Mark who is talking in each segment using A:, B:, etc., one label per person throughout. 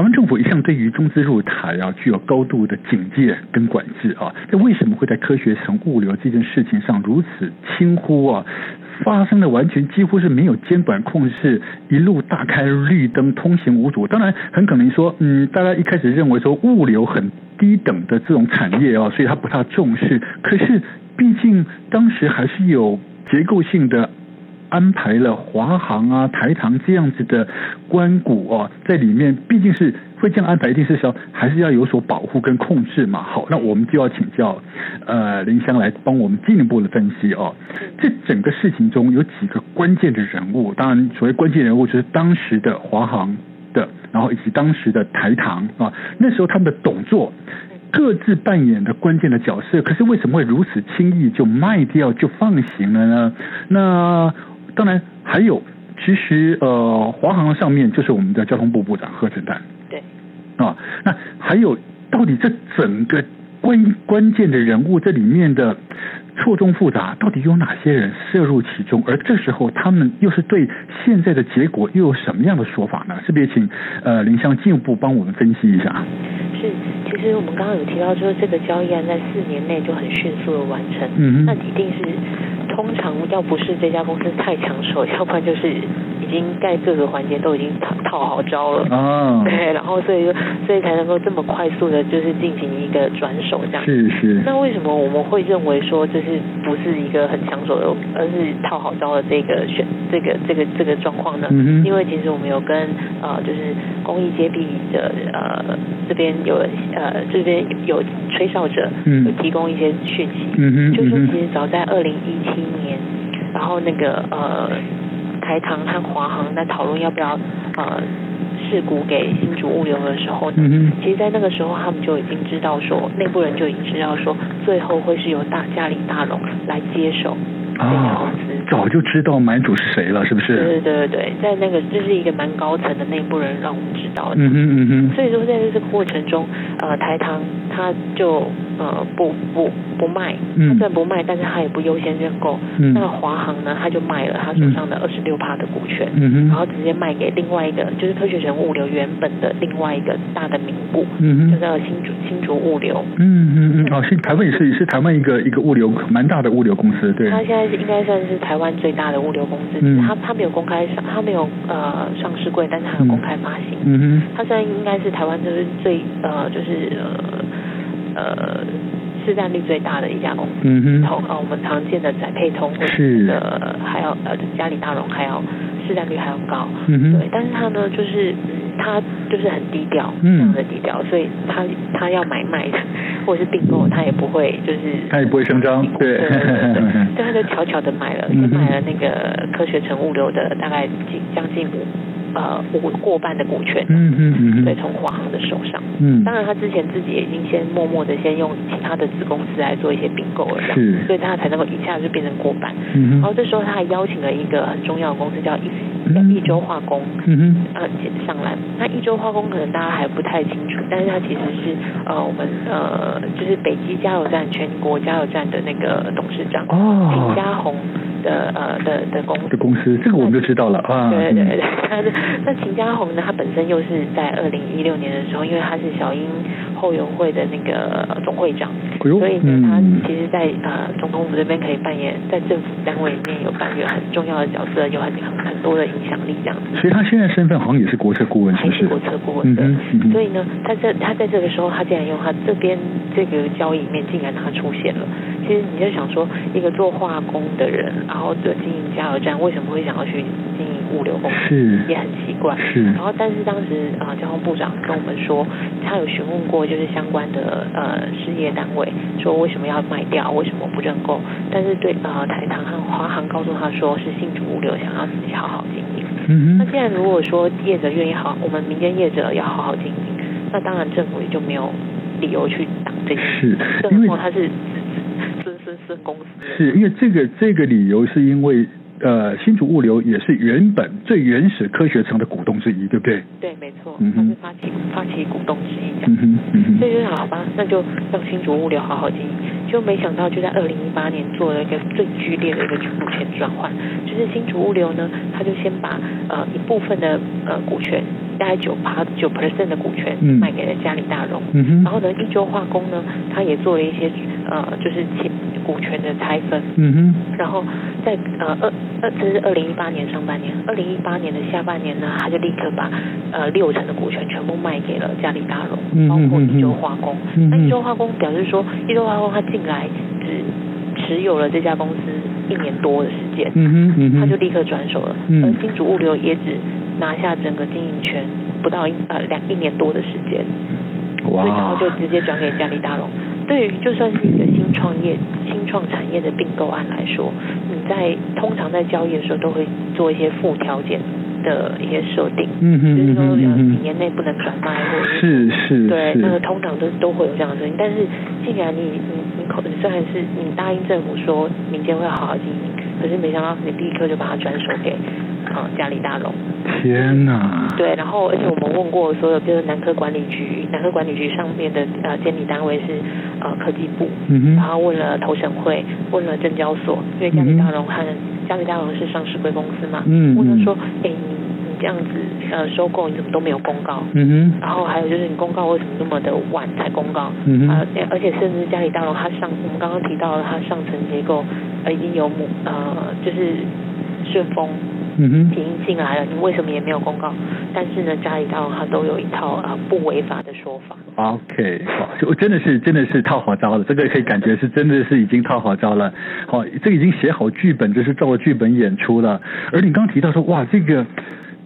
A: 湾政府一向对于中资入台啊具有高度的警戒跟管制啊，这为什么会在科学城物流这件事情上如此轻忽啊？发生的完全几乎是没有监管控制，一路大开绿灯，通行无阻。当然，很可能说，嗯，大家一开始认为说物流很低等的这种产业哦，所以他不大重视。可是，毕竟当时还是有结构性的。安排了华航啊、台航这样子的关谷哦，在里面毕竟是会这样安排，一定是说还是要有所保护跟控制嘛。好，那我们就要请教呃林香来帮我们进一步的分析哦。这整个事情中有几个关键的人物，当然所谓关键人物就是当时的华航的，然后以及当时的台航啊，那时候他们的董座。各自扮演的关键的角色，可是为什么会如此轻易就卖掉、就放行了呢？那当然，还有，其实呃，华航上面就是我们的交通部部长贺振旦。
B: 对。
A: 啊，那还有，到底这整个关关键的人物这里面的错综复杂，到底有哪些人涉入其中？而这时候他们又是对现在的结果又有什么样的说法呢？是不是也请呃林香进一步帮我们分析一下？
B: 是，其实我们刚刚有提到，就是这个交易案在四年内就很迅速的完成，
A: 嗯哼
B: 那一定是通常要不是这家公司太抢手， 要不然就是已经在各个环节都已经套套好招了，
A: 啊，
B: 对，然后所以就所以才能够这么快速的，就是进行一个转手这样。
A: 是是，
B: 那为什么我们会认为说这是不是一个很抢手的，而是套好招的这个选这个这个这个状况呢？
A: 嗯哼
B: 因为其实我们有跟呃就是公益接币的呃这边有呃这边有吹哨者
A: 嗯
B: 有提供一些讯息，
A: 嗯哼
B: 就是说
A: 嗯
B: 其
A: 哼，
B: 实早在二零一七年，然后那个呃台糖和华航在讨论要不要呃事故给新竹物流的时候呢，
A: 嗯
B: 其实，在那个时候，他们就已经知道说，内部人就已经知道说，最后会是由大家里大龙来接手
A: 哼，
B: 这家公
A: 啊，
B: 司。
A: 早就知道买主是谁了，是不
B: 对
A: 是？
B: 对对对对，在那个这是一个蛮高层的内部人让我们知道的。
A: 嗯哼嗯哼，
B: 所以说，在这个过程中，呃，台糖他就呃不不不卖，他虽
A: 嗯
B: 然不卖，但是他也不优先认购。
A: 嗯
B: 那华航呢，他就卖了他手上的二十六趴的股权，
A: 嗯
B: 然
A: 哼
B: 后直接卖给另外一个，就是科学城物流原本的另外一个大的名股，
A: 嗯
B: 就
A: 哼。
B: 叫新竹新竹物流。
A: 嗯嗯嗯，哦，是台湾也是是台湾一个一个物流蛮大的物流公司，对，
B: 它现在是应该算是台湾最大的物流公司，
A: 嗯
B: 它它没有公开上，它没有呃上市柜，但是它有公开发行。
A: 嗯
B: 它现在应该是台湾就是最呃就是呃呃市占率最大的一家公司
A: 哼，，嗯哼，
B: 同呃我们常见的宅配通或
A: 是
B: 的还有呃嘉里大荣还有市占率还要高。
A: 嗯
B: 对
A: 哼，，
B: 但是它呢，就是嗯，它就是很低调，
A: 嗯
B: 非常的低调，所以它它要买卖的或者是订购，它也不会就是
A: 他也不会声张，对，
B: 对对对，对，他就悄悄的买了，
A: 嗯
B: 先
A: 哼
B: 买了那个科学城物流的大概近将近五呃五过半的股权，
A: 嗯哼嗯
B: 对，
A: 哼，
B: 从华航的手上。
A: 嗯，
B: 当然，他之前自己也已经先默默的先用其他的子公司来做一些并购了，这样，
A: 是，
B: 所以他才能够一下就变成过半。
A: 嗯
B: 然后
A: 哼，
B: 这时候他还邀请了一个很重要的公司叫一
A: 嗯
B: 一州化工。
A: 嗯哼，
B: 呃上来。那一周化工可能大家还不太清楚，但是它其实是呃我们呃就是北极加油站全国加油站的那个董事长秦
A: 哦，
B: 家宏的呃的的公
A: 这
B: 司。
A: 公司这个我们就知道了啊，
B: 对对对，他是那秦家宏呢，他本身又是在二零一六年的时候，因为他是小英后援会的那个呃总会长，
A: 哎呦
B: 所以，呢，他
A: 嗯，
B: 其实在，呃总统府这边可以扮演在政府单位里面有扮演很重要的角色，有很很很多的影响力这样子，
A: 所以他现在身份好像也是国策顾问，是
B: 还
A: 不
B: 是
A: 是？
B: 国策顾问
A: 嗯
B: 的。
A: 哼，嗯
B: 所
A: 哼，
B: 以呢，他在他在这个时候，他竟然用他这边这个交易里面，竟然他出现了。其实你就想说，一个做化工的人，然后做经营加油站，为什么会想要去经营物流公司，
A: 是
B: 也很奇怪。
A: 是
B: 然，后，但是当时啊、呃交通部长跟我们说，他有询问过就是相关的呃事业单位，说为什么要卖掉，为什么不认购？但是对呃台糖和华航告诉他说，是信主物流想要自己好好经营。
A: 嗯
B: 那
A: 哼，
B: 既然如果说业者愿意好，我们民间业者要好好经营，那当然政府也就没有理由去挡这件事。
A: 是
B: 更
A: 因
B: 何
A: 为
B: 况它是孙孙孙公司，
A: 是因为这个这个理由是因为。呃新竹物流也是原本最原始科学城的股东之一，对不对？
B: 对，没错，
A: 嗯
B: 他
A: 哼
B: 是发起发起股东之一这样。
A: 嗯哼，嗯
B: 所
A: 哼，
B: 以就想好吧，那就让新竹物流好好经营。就没想到就在二零一八年做了一个最剧烈的一个股权转换，就是新竹物流呢，他就先把呃一部分的呃股权，大概九八九 percent 的股权
A: 嗯
B: 卖给了嘉里大荣。
A: 嗯
B: 然
A: 哼，
B: 后呢，一休化工呢，他也做了一些呃，就是其股权的拆分，
A: 嗯哼，
B: 然后在呃二二这是二零一八年上半年，二零一八年的下半年呢，他就立刻把呃六成的股权全部卖给了嘉里大荣，
A: 嗯
B: 包括
A: 嗯嗯
B: 一休化工。
A: 嗯
B: 那一休
A: 哼，
B: 化工表示说，一休化工他进来只持有了这家公司一年多的时间，
A: 嗯哼，嗯
B: 他就
A: 哼，
B: 立刻转手了。
A: 嗯
B: 而新竹物流也只拿下整个经营权不到一呃两一年多的时间，所以然后
A: 哇，
B: 就直接转给嘉里大荣。对于就算是一个新创业、新创产业的并购案来说，你在通常在交易的时候都会做一些附条件的一些设定，
A: 嗯
B: 就
A: 哼，
B: 是
A: 嗯
B: 说
A: 哼，
B: 像
A: 嗯
B: 几
A: 哼，
B: 年内不能转卖或者
A: 是是
B: 对，那个
A: 是，
B: 通常都都会有这样的声音，但是既然你你你口虽然是你答应政府说民间会好好经营，可是没想到你立刻就把它转手给啊、呃、嘉里大龙，
A: 天哪，
B: 对，然后而且我们问过所有就是南科管理局，南科管理局上面的呃监理单位是呃科技部，
A: 嗯
B: 然
A: 哼，
B: 后问了投审会，问了证交所，因为嘉里大荣和嘉里大荣是上市贵公司嘛，
A: 嗯
B: 问
A: 嗯
B: 他说，哎、你你这样子呃收购你怎么都没有公告？
A: 嗯哼，
B: 然后还有就是你公告为什么那么的晚才公告？
A: 嗯
B: 啊
A: 哼，，
B: 而且甚至嘉里大楼它上，我们刚刚提到了它上层结构呃已经有母呃就是顺丰
A: 嗯
B: 已
A: 哼，
B: 经进来了，你为什么也没有公告？但是呢，嘉里大楼它都有一套啊、呃不违法的说法。
A: OK，好，就真的是真的是套好招了，这个可以感觉是真的是已经套好招了。好，这个已经写好剧本，就是照着剧本演出了。而你刚刚提到说，哇，这个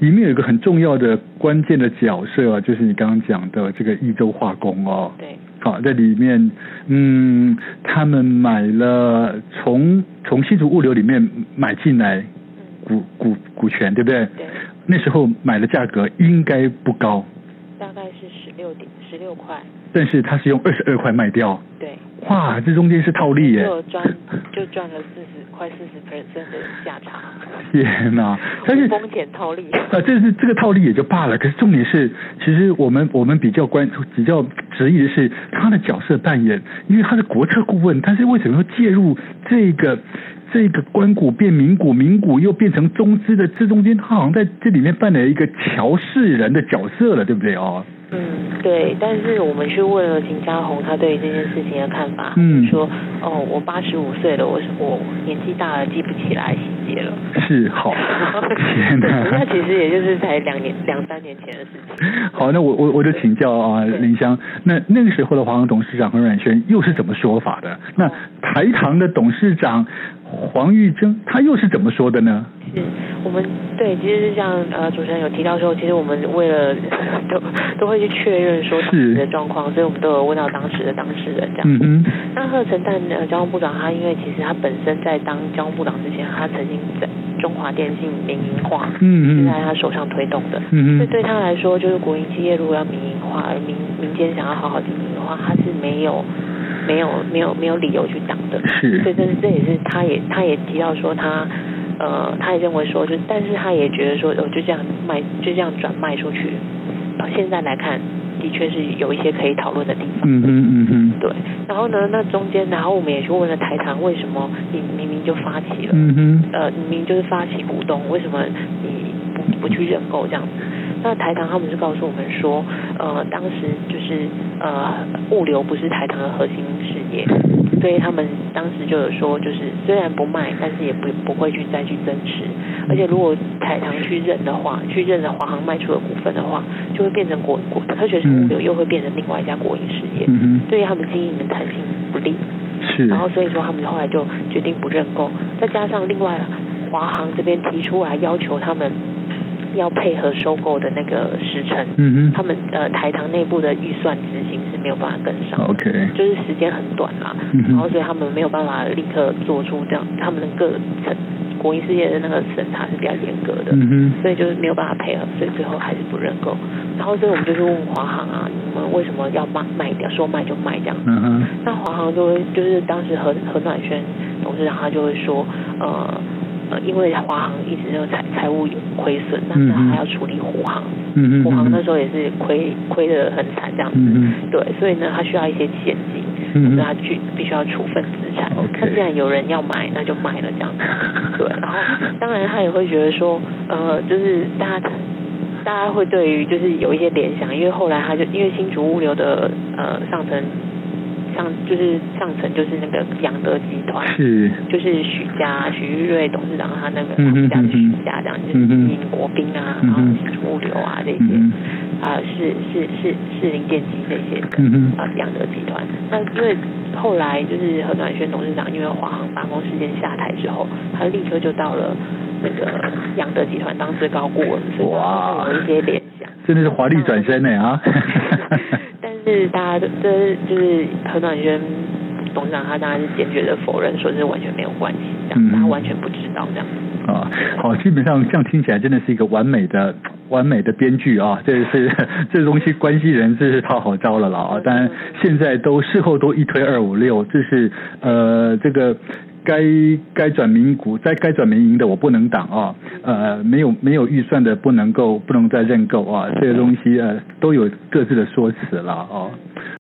A: 里面有一个很重要的关键的角色啊，就是你刚刚讲的这个益州化工哦。
B: 对，
A: 好，在里面，嗯，他们买了从从新竹物流里面买进来
B: 嗯，
A: 股股股权，对不对？
B: 对，
A: 那时候买的价格应该不高，
B: 大概是十六点十六块，
A: 但是他是用二十二块卖掉。
B: 对，
A: 哇，这中间是套利耶！
B: 就赚就赚了四十快四十 percent 的价差，
A: 天哪、但是
B: 无风险套利。
A: 呃，这是这个套利也就罢了，可是重点是，其实我们我们比较关比较质疑的是他的角色扮演，因为他是国策顾问，但是为什么要介入这个这个关谷变民谷，民谷又变成中资的这中间，他好像在这里面扮演一个乔氏人的角色了，对不对哦？
B: 嗯，对，但是我们去问了秦家红，他对于这件事情的看法，
A: 嗯
B: 说哦，我八十五岁了，我我年纪大了，记不起来细节了。
A: 是好， 天哪！
B: 那其实也就是才两年两三年前的事情。
A: 好，那我我我就请教啊，
B: 对
A: 林香，那那个时候的华航董事长和阮轩又是怎么说法的？
B: 哦
A: 那台糖的董事长黄玉珍他又是怎么说的呢？
B: 是我们对，其实是像呃主持人有提到说，其实我们为了都都会去确认说当时的状况，所以我们都有问到当时的当事人这样。
A: 嗯哼，
B: 那贺成旦呃交通部长，他因为其实他本身在当交通部长之前，他曾经在中华电信民营化，是
A: 嗯
B: 在
A: 嗯
B: 他手上推动的。
A: 嗯
B: 这
A: 哼，
B: 对他来说，就是国营企业如果要民营化，而民民间想要好好经营的话，他是没有没有没有没有理由去挡的。所
A: 是
B: 以这是这也是他也他也提到说他呃他也认为说就但是他也觉得说哦就这样卖就这样转卖出去，到现在来看的确是有一些可以讨论的地方。
A: 嗯哼嗯哼
B: 对，然后呢，那中间，然后我们也去问了台糖，为什么你明明就发起了，
A: 嗯哼，
B: 呃，你明明就是发起股东，为什么你不不去认购这样子？那台糖他们就告诉我们说，呃，当时就是呃，物流不是台糖的核心事业，所以他们当时就有说，就是虽然不卖，但是也不不会去再去增持，而且如果台糖去认的话，去认了华航卖出的股份的话，就会变成国国科学是物流又会变成另外一家国营事业，
A: 嗯
B: 对于他们经营的弹性不利。
A: 哼，是
B: 然，后所以说他们后来就决定不认购，再加上另外华航这边提出来要求他们要配合收购的那个时程，
A: 嗯
B: 他们呃台糖内部的预算执行是没有办法跟
A: 哼
B: 上，
A: ，OK，
B: 就是时间很短啦，
A: 嗯
B: 然后
A: 哼，
B: 所以他们没有办法立刻做出这样，他们的各层国营事业的那个审查是比较严格的，
A: 嗯哼，
B: 所以就是没有办法配合，所以最后还是不认购。然后所以我们就去问华航啊，你们为什么要卖卖掉，说卖就卖这样子
A: 嗯哼，
B: 那华航就会就是当时何何暖轩董事长他就会说，呃，呃，因为华航一直都财财务有亏损，那
A: 嗯嗯
B: 还要处理虎航，
A: 嗯嗯
B: 虎航那
A: 嗯
B: 时候也是亏亏得很惨这样子，
A: 嗯
B: 对，所以呢，他需要一些现金，
A: 嗯
B: 那
A: 嗯
B: 他去必须要处分资产。
A: OK
B: 那既然有人要买，那就卖了这样子。
A: 嗯，
B: 对， 然后当然他也会觉得说，呃，就是大家大家会对于就是有一些联想，因为后来他就因为新竹物流的呃上层上就是上层就是那个杨德集团，
A: 是，
B: 就是许家许玉瑞董事长他那个
A: 嗯哼
B: 他们家
A: 嗯
B: 的许
A: 哼
B: 家这样，就
A: 嗯
B: 是
A: 哼
B: 经营国宾啊，
A: 嗯
B: 然后
A: 哼
B: 新竹物流啊这些
A: 嗯
B: 啊、是是是是林建机这些的。
A: 嗯嗯
B: 啊，养德集团。那因为后来就是何暖轩董事长因为华航罢工事件下台之后，他立刻就到了那个养德集团当最高顾问，所以
A: 哇
B: 他会有一些联想。
A: 真的是华丽转身呢 啊！
B: 但是大家都就是就是何暖轩董事长，他当然是坚决的否认，说是完全没有关系，这样、
A: 嗯
B: 他完全不知道这样。
A: 啊，好，基本上这样听起来真的是一个完美的、完美的编剧啊！这是这东西关系人真是套好招了啦啊！当然现在都事后都一推二五六，这是呃这个。该该转民股，在该转民营的我不能挡啊，呃，没有没有预算的不能够不能再认购啊，这些东西呃都有各自的说辞了啊。